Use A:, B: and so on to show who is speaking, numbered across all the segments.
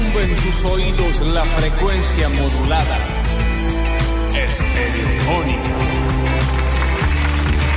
A: tus oídos la frecuencia modulada. Estereofónica.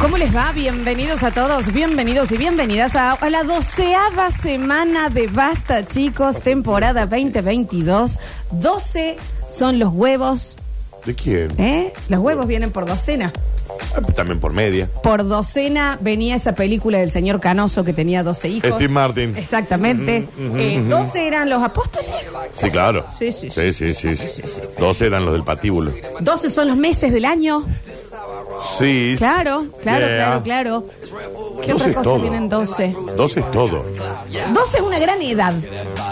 B: ¿Cómo les va? Bienvenidos a todos, bienvenidos y bienvenidas a, a la doceava semana de Basta, chicos, temporada 2022. 12 son los huevos,
C: ¿De quién?
B: ¿eh? Los huevos vienen por docena.
C: Ah, pues También por media.
B: Por docena venía esa película del señor Canoso que tenía 12 hijos.
C: Steve Martin.
B: Exactamente. Eh, 12 eran los apóstoles.
C: Sí, claro.
B: Sí, sí,
C: sí. sí, Dos eran los del patíbulo.
B: 12 son los meses del año.
C: Sí.
B: Claro, claro, claro,
C: Yeah.
B: claro. ¿Qué
C: 12
B: otra
C: es
B: cosa
C: todo.
B: tienen 12?
C: Dos es todo.
B: 12 es una gran edad.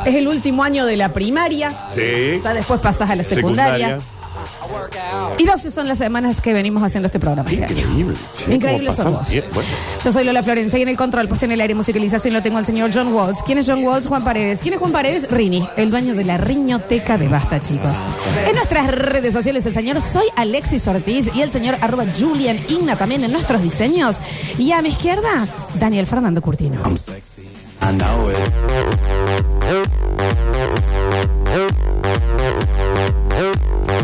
B: Es el último año de la primaria.
C: Sí.
B: Ya después pasas a la secundaria. Y 12 son las semanas que venimos haciendo este programa. este año.
C: Increíble. che,
B: Increíble
C: cómo
B: sos
C: pasamos
B: vos.
C: bien. Bueno,
B: Yo soy Lola Florencia y en el control, puesto en el aire, musicalización, lo tengo al señor John Walls. ¿Quién es John Walls? Juan Paredes. ¿Quién es Juan Paredes? Rini, el dueño de la riñoteca de Basta, chicos. En nuestras redes sociales, el señor Soy Alexis Ortiz y el señor arroba Julian Igna también en nuestros diseños. Y a mi izquierda, Daniel Fernando Curtino.
D: I know it.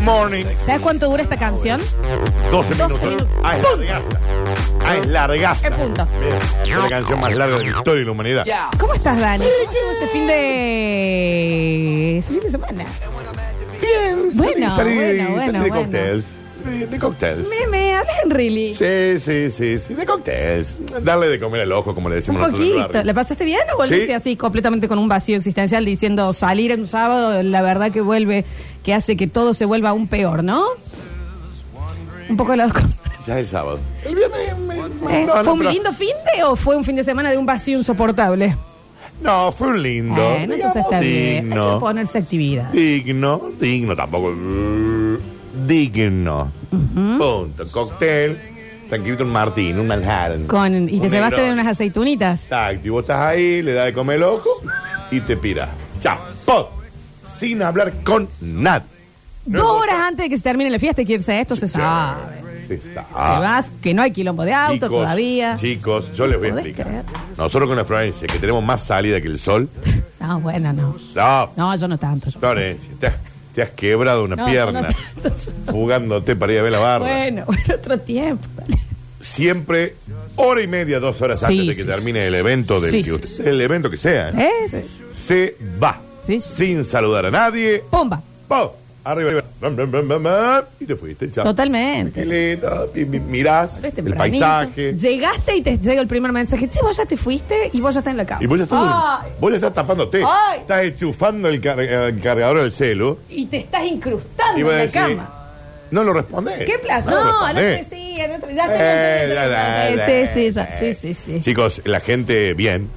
C: Morning.
B: ¿Sabes cuánto dura esta canción?
C: 12 minutos.
B: 12 minutos.
C: Ah, es largaza. Ah, es largaza.
B: Es punto.
C: Bien. Es la canción más larga de la historia de la humanidad.
D: Yeah.
B: ¿Cómo estás, Dani? ¿Cómo estuvo ese fin de... ese fin de semana?
C: Bien.
B: Bueno,
C: salí,
B: bueno,
C: salí
B: bueno,
C: de
B: bueno.
C: cócteles. Sí, De cócteles.
B: Me, me hablas en really.
C: Sí, sí, sí, sí, de cócteles. Darle de comer al ojo, como le
B: Un
C: decimos nosotros. en el
B: poquito.
C: barrio.
B: ¿La pasaste bien o volviste
C: Sí.
B: así completamente con un vacío existencial diciendo salir en un sábado, la verdad que vuelve, que hace que todo se vuelva aún peor, ¿no? Un poco de las dos cosas.
C: Ya es sábado. El viernes. me- me-
B: Eh,
C: no, no,
B: ¿Fue un
C: pero-
B: lindo fin de o fue un fin de semana de un vacío insoportable?
C: No, fue un lindo.
B: Bueno, entonces
C: digamos,
B: está bien. Hay que
C: digno.
B: ponerse actividad.
C: digno, digno tampoco. uh, Digno. Punto. Cóctel. Tranquilito un Martín, un Manhattan.
B: Con, y te
C: Un
B: llevaste
C: Negroni.
B: de unas aceitunitas.
C: Exacto. Y vos estás ahí, le das de comer el ojo y te pira. Chao. Pot. Sin hablar con nadie. No
B: Dos
C: es
B: horas antes de que se termine la fiesta hay que irse a esto, se sabe.
C: Se
B: Te
C: sabe.
B: vas, que no hay quilombo de auto
C: Ah. Chicos,
B: todavía.
C: Chicos, yo les voy a
B: ¿Podés
C: explicar.
B: creer?
C: Nosotros con la Florencia, que tenemos más salida que el sol.
B: No, bueno, no.
C: No,
B: No, yo no tanto. yo-
C: Florencia, te has, te has quebrado una
B: No, yo no
C: pierna jugándote para ir a ver la barra.
B: Bueno, bueno, otro tiempo.
C: siempre hora y media, dos horas
B: Sí,
C: antes de
B: sí,
C: que
B: sí,
C: termine el evento del
B: Sí,
C: que
B: sí,
C: usted- el evento que sea, ¿eh?
B: ¿Eh? Sí.
C: se va
B: Sí, sí.
C: sin saludar a nadie.
B: Pumba.
C: ¡Pum! Arriba, arriba. Bam, bam, bam, bam, bam. y te fuiste, chao.
B: Totalmente.
C: Tranquilito, mi- mi- Mirás
B: Es
C: Ah. el
B: tempranito.
C: paisaje.
B: Llegaste y te llega el primer mensaje. Che, vos ya te fuiste y vos ya estás en la cama. Ah,
C: Y vos ya estás,
B: Ay,
C: vos ya estás tapándote.
B: Ay.
C: Estás enchufando el, car- el cargador del celu.
B: y te estás incrustando
C: Y
B: en
C: vos
B: la
C: decís,
B: cama.
C: no lo respondes.
B: ¿Qué plato?
C: lo
B: No, no
C: respondés.
B: te sí, al otro- ya
C: Eh,
B: te-
C: la, la, la,
B: Sí, sí, ya.
C: la.
B: Sí, sí, sí.
C: Chicos, la gente bien,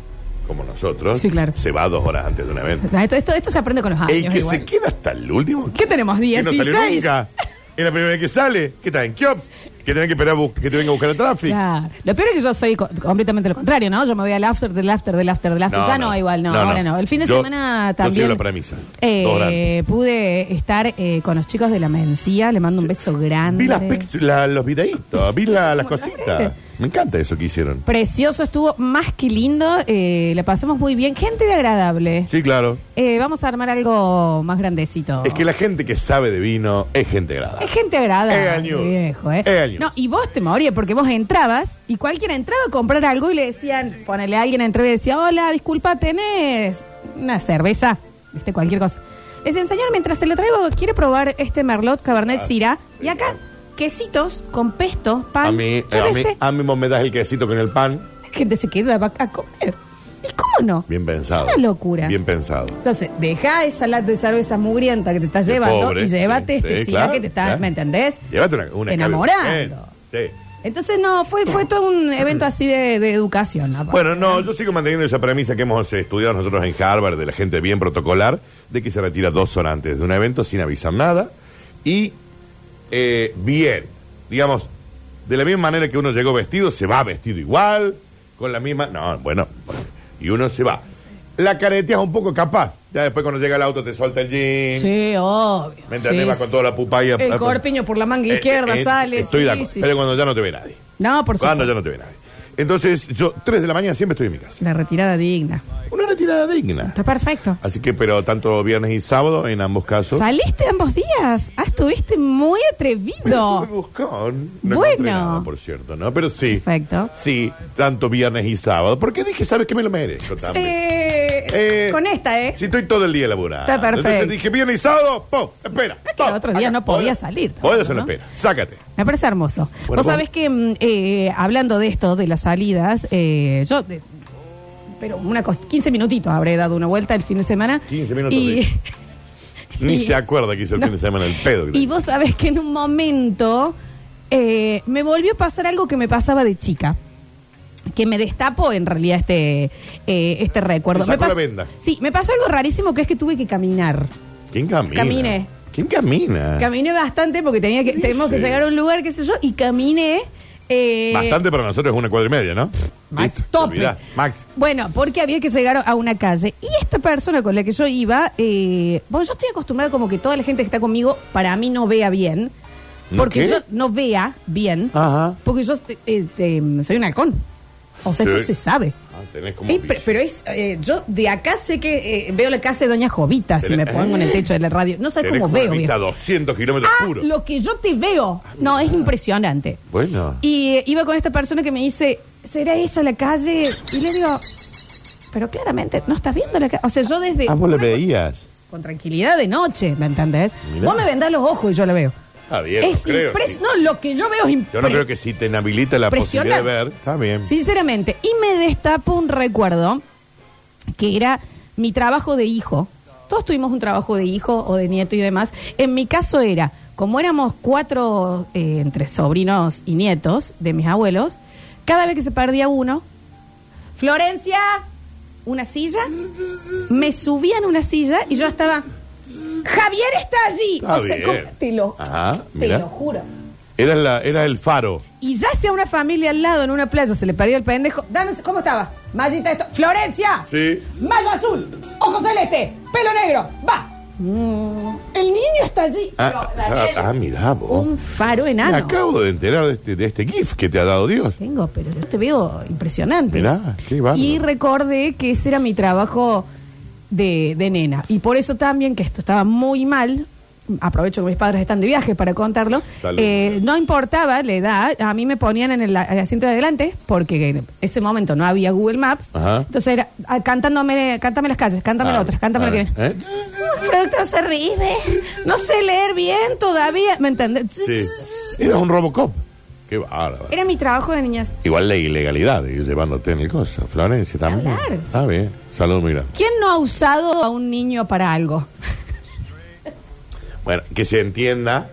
C: como nosotros,
B: Sí, claro.
C: se va dos horas antes de un evento.
B: Esto, esto, esto se aprende con los años.
C: El que
B: igual.
C: se queda hasta el último.
B: ¿Qué tenemos?
C: Que no sale
B: 16.
C: nunca. Es la primera vez que sale. ¿Qué está en Kiops? Que tenés que esperar a bus- que te venga a buscar el tráfico.
B: Claro. Lo peor es que yo soy co- completamente lo contrario, ¿no? Yo me voy al after, del after, del after, del after.
C: No,
B: ya no,
C: no.
B: igual, no,
C: No, no.
B: ahora no. El fin de
C: Yo-
B: semana
C: yo
B: también.
C: sigo la premisa.
B: Eh,
C: Dos grandes.
B: pude estar eh, con los chicos de la Mencía, le mando un beso grande.
C: Vi las pict- la- los videitos, vi la- las cositas. Me encanta eso que hicieron.
B: Precioso, estuvo más que lindo, eh, la pasamos muy bien. Gente de agradable.
C: Sí, claro.
B: Eh, vamos a armar algo más grandecito.
C: Es que la gente que sabe de vino es gente grada.
B: Es gente agradable,
C: Es año.
B: viejo, ¿eh?
C: Es año.
B: No, y vos te morías porque vos entrabas y cualquiera entraba a comprar algo y le decían, ponele a alguien entraba y decía, hola, disculpa, tenés una cerveza, viste, cualquier cosa. Les decían, señor, mientras te lo traigo, ¿quiere probar este Merlot Cabernet
C: Ah,
B: Syrah? Y acá, quesitos con pesto, pan.
C: A mí, eh,
B: Yo
C: a,
B: qué
C: mí,
B: sé,
C: a mí vos me das el quesito con el pan.
B: la gente se queda va a comer. ¿Y cómo no?
C: Bien pensado.
B: Es una locura.
C: Bien pensado.
B: Entonces, deja esa lata de cerveza mugrienta que te estás
C: De
B: llevando
C: pobre.
B: y llévate
C: Sí,
B: este
C: sí,
B: Syrah
C: claro,
B: que te estás,
C: claro.
B: ¿me entendés?
C: Llévate una, una
B: Enamorando.
C: Eh, sí.
B: Entonces, no, fue, fue todo un evento así de, de educación. ¿no?
C: Bueno, no, yo sigo manteniendo esa premisa que hemos eh, estudiado nosotros en Harvard, de la gente bien protocolar, de que se retira dos horas antes de un evento sin avisar nada. Y eh, bien, digamos, de la misma manera que uno llegó vestido, se va vestido igual, con la misma... No, bueno, y uno se va. La careteas un poco capaz. Ya después cuando llega el auto te solta el jean.
B: Sí, obvio.
C: ¿Me entendés?
B: Sí,
C: Va
B: sí.
C: con toda la pupa ahí.
B: El corpiño por la manga
C: Eh,
B: izquierda
C: eh,
B: sale.
C: Estoy
B: sí,
C: de acuerdo.
B: sí,
C: Pero
B: sí,
C: cuando
B: sí.
C: ya no te ve nadie.
B: No, por
C: Cuando
B: supuesto.
C: ya no te ve nadie. Entonces, yo, 3 de la mañana siempre estoy en mi casa.
B: La retirada digna.
C: Una hora retirada digna.
B: Está perfecto.
C: Así que, pero tanto viernes y sábado, en ambos casos.
B: Saliste ambos días. Ah, estuviste muy
C: Mira, estuve
B: atrevido.
C: buscón. No
B: Bueno.
C: encontré nada, por cierto, ¿no? Pero sí.
B: Perfecto.
C: Sí, tanto viernes y sábado. Porque dije, ¿sabes qué me lo merezco también?
B: Eh,
C: Eh,
B: con esta, ¿eh?
C: Si estoy todo el día laburando.
B: Está perfecto.
C: Entonces dije, viernes y sábado, ¡pum! Espera.
B: que el otro día no podía salir tampoco,
C: Voy a hacer una
B: ¿no?
C: espera. Sácate.
B: Me parece hermoso.
C: Bueno,
B: Vos sabés que, mm, eh, hablando de esto, de las salidas, eh, yo. eh, pero una cosa, 15 minutitos habré dado una vuelta el fin de semana.
C: 15 minutos,
B: Y,
C: sí. Ni
B: Y-
C: se acuerda que hizo el
B: No.
C: fin de semana el pedo. que le-
B: y vos sabés que en un momento eh, me volvió a pasar algo que me pasaba de chica. Que me destapó en realidad este, eh, este recuerdo.
C: Te sacó
B: me
C: la
B: pas-
C: venda.
B: Sí, me pasó algo rarísimo que es que tuve que caminar.
C: ¿Quién camina?
B: Caminé.
C: ¿Quién camina?
B: Caminé bastante porque tenía que,
C: Ah. ¿Qué
B: tenemos que
C: dice?
B: llegar a un lugar, qué sé yo, y caminé. eh,
C: Bastante para nosotros es una cuadra y media, ¿no?
B: Max,
C: ¿Viste?
B: tope.
C: Olvidá. Max.
B: Bueno, porque había que llegar a una calle. Y esta persona con la que yo iba, eh, bueno, yo estoy acostumbrada como que toda la gente que está conmigo, para mí no vea bien.
C: ¿No
B: Porque
C: qué?
B: yo no vea bien.
C: Ajá.
B: Porque yo eh, eh, soy un halcón. O sea,
C: Sí.
B: esto se sabe.
C: Ah, tenés como
B: Eh, pero,
C: bici.
B: pero es, eh, yo de acá sé que eh, veo la casa de Doña Jovita si me
C: Tenés-
B: pongo en el techo de la radio. No sabes
C: eh, Tenés
B: cómo
C: como
B: veo.
C: una vista
B: viejo.
C: a 200 kilómetros
B: Ah,
C: puro.
B: lo que yo te veo. No,
C: Ah.
B: es impresionante.
C: Bueno.
B: Y eh, iba con esta persona que me dice, ¿será esa la calle? Y le digo, pero claramente no estás viendo la calle. O sea, yo desde...
C: Ah, vos le veías.
B: Con tranquilidad de noche, ¿me entendés?
C: Mirá.
B: Vos me vendás los ojos y yo la veo.
C: Está bien,
B: es
C: no creo,
B: impres-
C: sí.
B: No, lo que yo veo es
C: Yo no
B: impres-
C: creo que si te inhabilita la posibilidad de ver, está bien.
B: Sinceramente. Y me destapo un recuerdo que era mi trabajo de hijo. Todos tuvimos un trabajo de hijo o de nieto y demás. En mi caso era, como éramos cuatro eh, entre sobrinos y nietos de mis abuelos, cada vez que se perdía uno, Florencia, una silla, me subían una silla y yo estaba, Javier está allí.
C: Está
B: o sea,
C: bien.
B: como- te lo,
C: Ajá,
B: te
C: mirá.
B: lo juro.
C: Era, la, era el faro.
B: Y ya sea una familia al lado en una playa, se le perdió el pendejo. Dame, ¿cómo estaba? Mallita esto. ¡Florencia!
C: Sí.
B: Malla azul, ojo celeste, pelo negro, va. Mm, el niño está allí.
C: Ah,
B: Pero,
C: ah,
B: Daniel,
C: ah, mirá vos.
B: un faro
C: Me
B: enano.
C: acabo de enterar de este, de este GIF que te ha dado Dios.
B: Tengo, pero yo te veo impresionante.
C: Mirá, qué bárbaro.
B: Y recordé que ese era mi trabajo de, de nena. Y por eso también, que esto estaba muy mal, aprovecho que mis padres están de viaje para contarlo,
C: Salud.
B: eh, no importaba la edad, a mí me ponían en el, a- el asiento de adelante, porque en ese momento no había Google Maps.
C: Ajá.
B: Entonces era, ah, cantándome, cántame las calles, cántame
C: Ah,
B: la otra, cántame
C: ah,
B: la que viene. Ah,
C: ¿eh?
B: Fruta se rime, no sé leer bien todavía, ¿me entiendes?
C: ¿eh? Sí. Era un Robocop. Qué bárbaro.
B: Era mi trabajo de niñas.
C: Igual la ilegalidad de ir llevándote en el coso. Florencia también.
B: hablar.
C: Está bien. Salud, mira.
B: ¿Quién no ha usado a un niño para algo?
C: Bueno, que se entienda.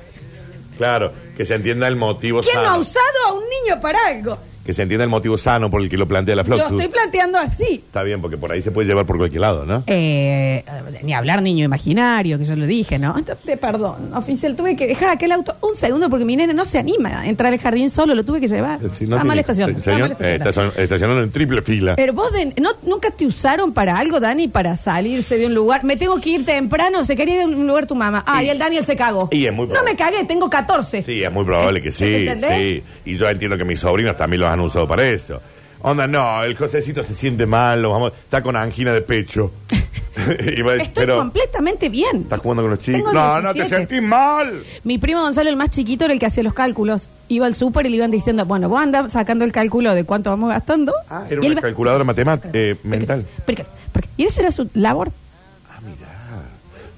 C: Claro, que se entienda el motivo
B: ¿Quién no ha
C: sano.
B: usado a un niño para algo?
C: que se entienda el motivo sano por el que lo plantea la
B: Lo
C: Floxu.
B: estoy planteando así.
C: Está bien, porque por ahí se puede llevar por cualquier lado, ¿no?
B: Eh, ni hablar niño imaginario, que yo lo dije, ¿no? Entonces, perdón, oficial, tuve que dejar aquel auto un segundo porque mi nene no se anima a entrar al jardín solo, lo tuve que llevar.
C: Eh, Si no
B: está,
C: tiene-
B: mal estacionado, está mal
C: Señor, eh,
B: estacionado.
C: estacion- estacionaron en triple fila.
B: Pero vos de- no, nunca te usaron para algo, Dani, para salirse de un lugar. Me tengo que ir temprano, se quería ir de un lugar tu mamá. Ah, y, el Daniel se cagó.
C: y es muy
B: no
C: probable.
B: me cagué, tengo 14.
C: Sí, es muy probable que sí.
B: eh, ¿Entendés?
C: sí. Y yo entiendo que mis sobrinos también los han usado para eso. Onda, no, el Josecito se siente mal, lo vamos, está con angina de pecho. Y va a decir,
B: Estoy completamente bien.
C: estás jugando con los chicos.
B: Tengo
C: No, no, te
B: 17.
C: sentís mal.
B: Mi primo Gonzalo, el más chiquito, era el que hacía los cálculos. Iba al súper y le iban diciendo, bueno, vos andás sacando el cálculo de cuánto vamos gastando.
C: Ah, era
B: Y él
C: una
B: va-
C: calculadora matemática, eh, mental.
B: Porque- porque- Y esa era su labor.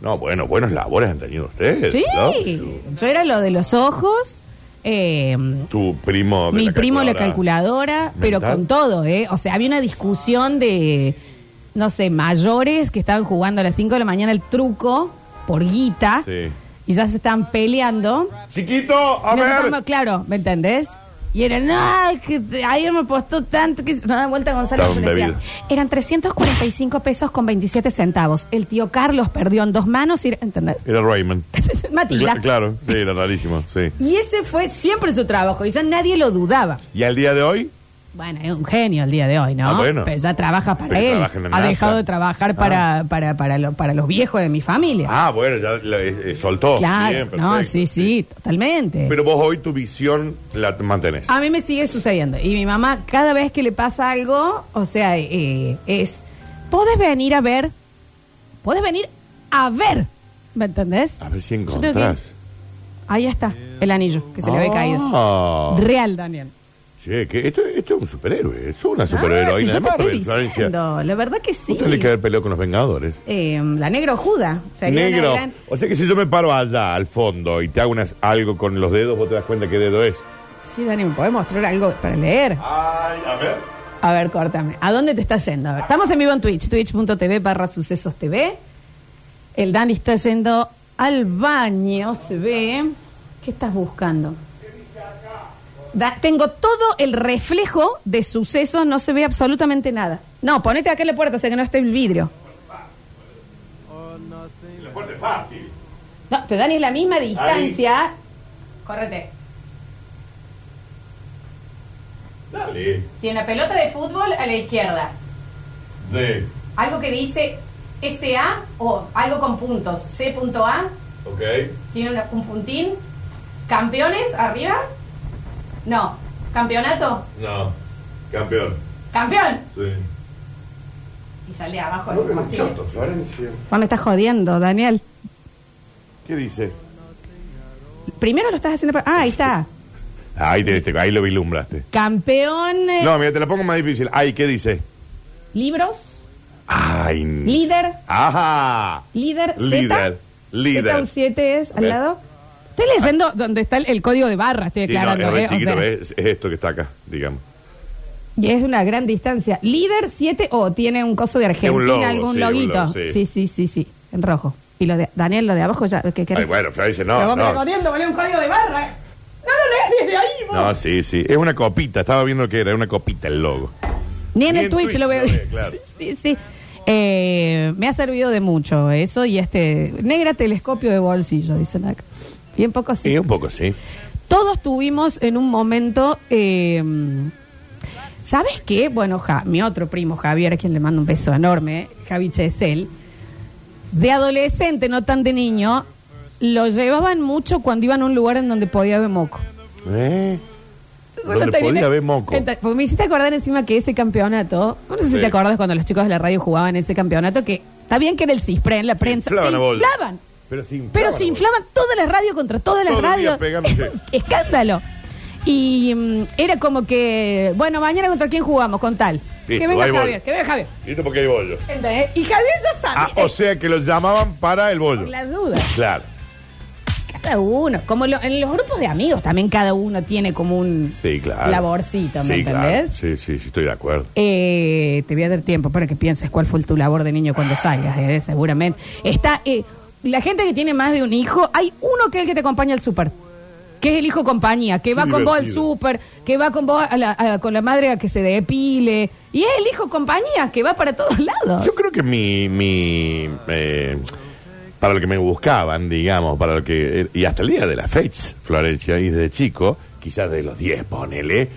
C: No, bueno, buenos labores han tenido ustedes.
B: Sí.
C: ¿no?
B: Yo era lo de los ojos. eh,
C: Tu primo. de
B: mi primo la
C: calculadora.
B: calculadora, pero
C: Mental.
B: con todo, ¿eh? O sea, había una discusión de, no sé, mayores que estaban jugando a las 5 de la mañana el truco por guita
C: Sí.
B: y ya se estaban peleando.
C: Chiquito, a
B: Nos
C: ver.
B: estamos- claro, ¿me entendés? Y era, no, que te- ayer me postó tanto que no da vuelta Gonzalo.
C: Estaba
B: yo le decía,
C: bebido.
B: Eran 345 pesos con 27 centavos. El tío Carlos perdió en dos manos y... ¿Entendés?
C: Era Raymond.
B: Matilda.
C: Cla- Claro, sí, era rarísimo, sí.
B: Y ese fue siempre su trabajo y ya nadie lo dudaba.
C: ¿Y al día de hoy?
B: Bueno, es un genio el día de hoy, ¿no?
C: Ah, bueno.
B: Pero ya trabaja para
C: Pero
B: él.
C: trabaja en la
B: ha
C: NASA.
B: dejado de trabajar para, para, para, lo- para los viejos de mi familia.
C: Ah, bueno, ya la- eh, eh, soltó.
B: claro.
C: Bien,
B: no,
C: perfecto,
B: sí, sí, Ah, totalmente.
C: Pero vos hoy tu visión la t- mantenés.
B: A mí me sigue sucediendo. Y mi mamá, cada vez que le pasa algo, o sea, eh, es. podés venir a ver. Podés venir a ver. ¿Me entendés?
C: A ver si
B: Yo tengo que-
C: encontrás.
B: Ahí está, el anillo que se le había caído.
C: Ah.
B: Real, Daniel.
C: Che, que esto, esto es un superhéroe. Es una
B: Ah, sí,
C: superheroína
B: yo
C: de
B: te estoy
C: Marvel, Florencia.
B: diciendo, La verdad que sí.
C: Vos tenés que haber peleado con los Vengadores.
B: Eh, la negro juda. O sea, que era una
C: Negro.
B: gran-
C: O sea que si yo me paro allá, al fondo, y te hago unas- algo con los dedos, vos te das cuenta qué dedo es.
B: Sí, Dani, ¿me podés mostrar algo para leer?
C: Ay, a ver.
B: A ver, córtame. ¿A dónde te estás yendo? A ver, estamos en vivo en Twitch, twitch.tv barra sucesos TV. El Dani está yendo al baño, se ve. ¿Qué estás buscando? Da- tengo todo el reflejo de sucesos, no se ve absolutamente nada. No, ponete acá en la puerta, o sea que no esté el vidrio. No, pero Dani es la misma distancia. Córrete.
C: Dale.
B: Tiene una pelota de fútbol a la izquierda.
C: Sí.
B: Algo que dice SA o algo con puntos. C.A
C: Ok.
B: tiene una- un puntín. ¿Campeones arriba? No. ¿Campeonato?
C: No. Campeón.
B: ¡Campeón!
C: Sí.
B: Y sale abajo.
C: No
B: como
C: me
B: así.
C: choto, Florencia.
B: Vos Ah, me estás jodiendo, Daniel.
C: ¿Qué dice?
B: Primero lo estás haciendo. Ah, ahí está.
C: Ahí, te, te- ahí lo vilumbraste.
B: Campeón. eh,
C: No, mira, te la pongo más difícil. Ay, ¿qué dice?
B: Libros.
C: Ay. n-
B: Líder.
C: Ajá.
B: Líder. Z.
C: Líder.
B: Z, un
C: Líder.
B: 7 es al
C: Ok.
B: lado. Estoy leyendo donde está el, el código de barra, estoy
C: Sí, no,
B: aclarando. eh,
C: es re
B: o
C: chiquito,
B: sea.
C: ¿ves? Es esto que está acá, digamos.
B: Y es una gran distancia. Líder 7 o tiene un coso de Argentina,
C: logo,
B: algún
C: sí, un
B: loguito.
C: logo,
B: sí.
C: sí.
B: sí, sí, sí, en rojo. Y lo de Daniel, lo de abajo ya, ¿qué querés?
C: Ay, bueno, Florencia,
B: Pero
C: no.
B: vos me
C: No.
B: jodiendo, ponle un código de barra. No lo lees desde ahí, vos.
C: no, sí, sí. Es una copita. Estaba viendo que era una copita el logo.
B: Ni en
C: Ni
B: el
C: en
B: Twitch,
C: Twitch
B: lo veo.
C: lo ve, claro.
B: sí, sí, sí. Eh, me ha servido de mucho eso y este negra telescopio de bolsillo, dicen acá. Bien poco así.
C: Sí, un poco, sí.
B: Todos tuvimos en un momento. eh, ¿Sabes qué? Bueno, Ja- mi otro primo Javier, a quien le mando un beso enorme, eh, Javi Chesel, de adolescente, no tan de niño, lo llevaban mucho cuando iban a un lugar en donde podía ver moco.
C: ¿Eh?
B: Solo
C: Donde
B: terminé-
C: podía ver moco.
B: Enta- Porque me hiciste acordar encima que ese campeonato, no sé si
C: Sí.
B: te acordás cuando los chicos de la radio jugaban ese campeonato, que está bien que era el CISPRE en la prensa,
C: inflaban
B: se
C: a bola.
B: inflaban.
C: Pero se inflaban.
B: Pero
C: a
B: se
C: bola.
B: inflaban todas las radios contra todas las
C: Todo el día
B: radios.
C: pegándose.
B: Escándalo. Y mm, era como que, bueno, mañana contra quién jugamos, con tal. que
C: Listo,
B: venga
C: ahí voy.
B: Javier, que venga Javier.
C: ¿Y esto por qué hay bollo?
B: ¿Entendés? Y Javier ya sabe.
C: Ah, o sea que los llamaban para el bollo.
B: Por las dudas.
C: Claro.
B: Cada uno. Como lo- en los grupos de amigos también cada uno tiene como un
C: Sí, claro.
B: laborcito, ¿me
C: sí, claro.
B: entendés?
C: Sí, sí, sí, estoy de acuerdo.
B: Eh, te voy a dar tiempo para que pienses cuál fue tu labor de niño cuando salgas, eh, seguramente. Está, eh, la gente que tiene más de un hijo, hay uno que es el que te acompaña al súper, que es el hijo compañía, que va con vos al
C: divertido.
B: súper, que va con vos a la- a- con la madre a que se depile, y es el hijo compañía que va para todos lados.
C: Yo creo que mi. mi eh, para lo que me buscaban, digamos, para lo que. eh, Y hasta el día de la fecha, Florencia, y desde chico, quizás de los 10, ponele,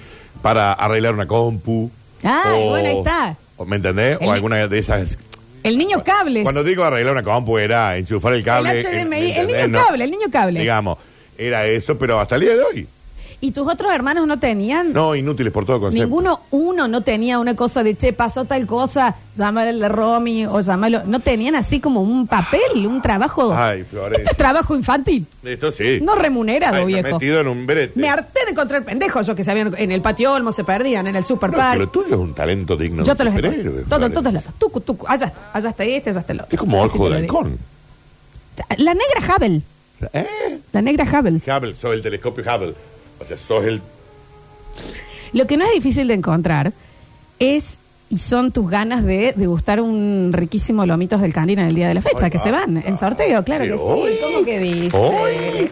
C: para arreglar una compu.
B: Ah, y bueno, ahí está.
C: o- ¿Me entendés?
B: El-
C: O alguna de esas.
B: El niño cables.
C: Cuando digo arreglar una compu era enchufar el cable.
B: El HDMI,
C: ¿me
B: el
C: entendés?
B: niño cable, el niño cable.
C: Digamos, era eso, pero hasta el día de hoy.
B: ¿Y tus otros hermanos no tenían?
C: No, inútiles por todo concepto.
B: Ninguno, uno no tenía una cosa de che, pasó tal cosa, llámale a Romy o llámalo. No tenían así como un papel, un trabajo.
C: Ay, Florencia.
B: Esto es trabajo infantil,
C: Esto sí.
B: no remunerado,
C: Ay, me he
B: viejo.
C: metido en un brete.
B: Me harté de encontrar pendejos, yo que se habían en el patio Olmo, se perdían, en el super
C: No,
B: park.
C: pero tuyo es un talento digno
B: yo
C: de
B: te los
C: superhéroe,
B: encontré. Todo, en
C: Florencia.
B: todos lados. Tucu, tucu. Allá, está- allá está este, allá está el otro.
C: Es como
B: Así
C: ojo
B: te
C: de
B: lo digo.
C: halcón.
B: La negra Hubble.
C: ¿Eh?
B: La negra Hubble.
C: Hubble, sos el telescopio Hubble. O sea, sos el...
B: Lo que no es difícil de encontrar es y son tus ganas de degustar un riquísimo lomitos del Candina en el día de la fecha,
C: Ay,
B: que se van en sorteo, claro que
C: Eh,
B: sí.
C: hoy.
B: ¿Cómo que dice?
C: Hoy.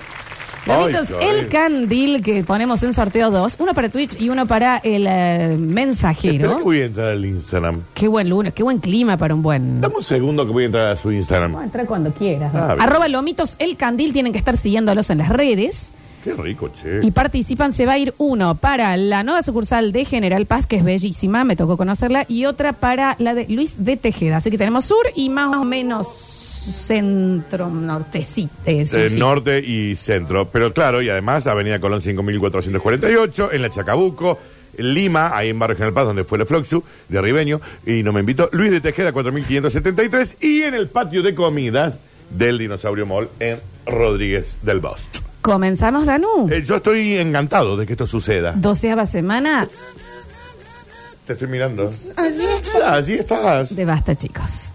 B: Lomitos,
C: Ay,
B: el candil que ponemos en sorteo dos, uno para Twitch y uno para el eh,
C: Espera
B: mensajero.
C: que voy a entrar al Instagram.
B: Qué buen lunes, qué buen clima para un buen.
C: Dame un segundo que voy a entrar a su
B: Vamos
C: Instagram.
B: a entrar cuando quieras.
C: Ah, bien.
B: Arroba lomitos, el candil, tienen que estar siguiéndolos en las redes.
C: Qué rico, che.
B: Y participan, se va a ir uno para la nueva sucursal de General Paz, que es bellísima, me tocó conocerla, y otra para la de Luis de Tejeda. Así que tenemos sur y más o menos centro, nortecito. eh, sur,
C: Eh,
B: sí.
C: norte y centro. Pero claro, y además Avenida Colón 5448, en la Chacabuco, Lima, ahí en Barrio General Paz, donde fue la Floxu, de Ribeño, y no me invitó, Luis de Tejeda, 4573, y en el patio de comidas del Dinosaurio Mall en Rodríguez del Bost.
B: Comenzamos, Danu.
C: Eh, yo estoy encantado de que esto suceda.
B: Doceava semana
C: Te estoy mirando. Allí estás.
B: de basta, chicos.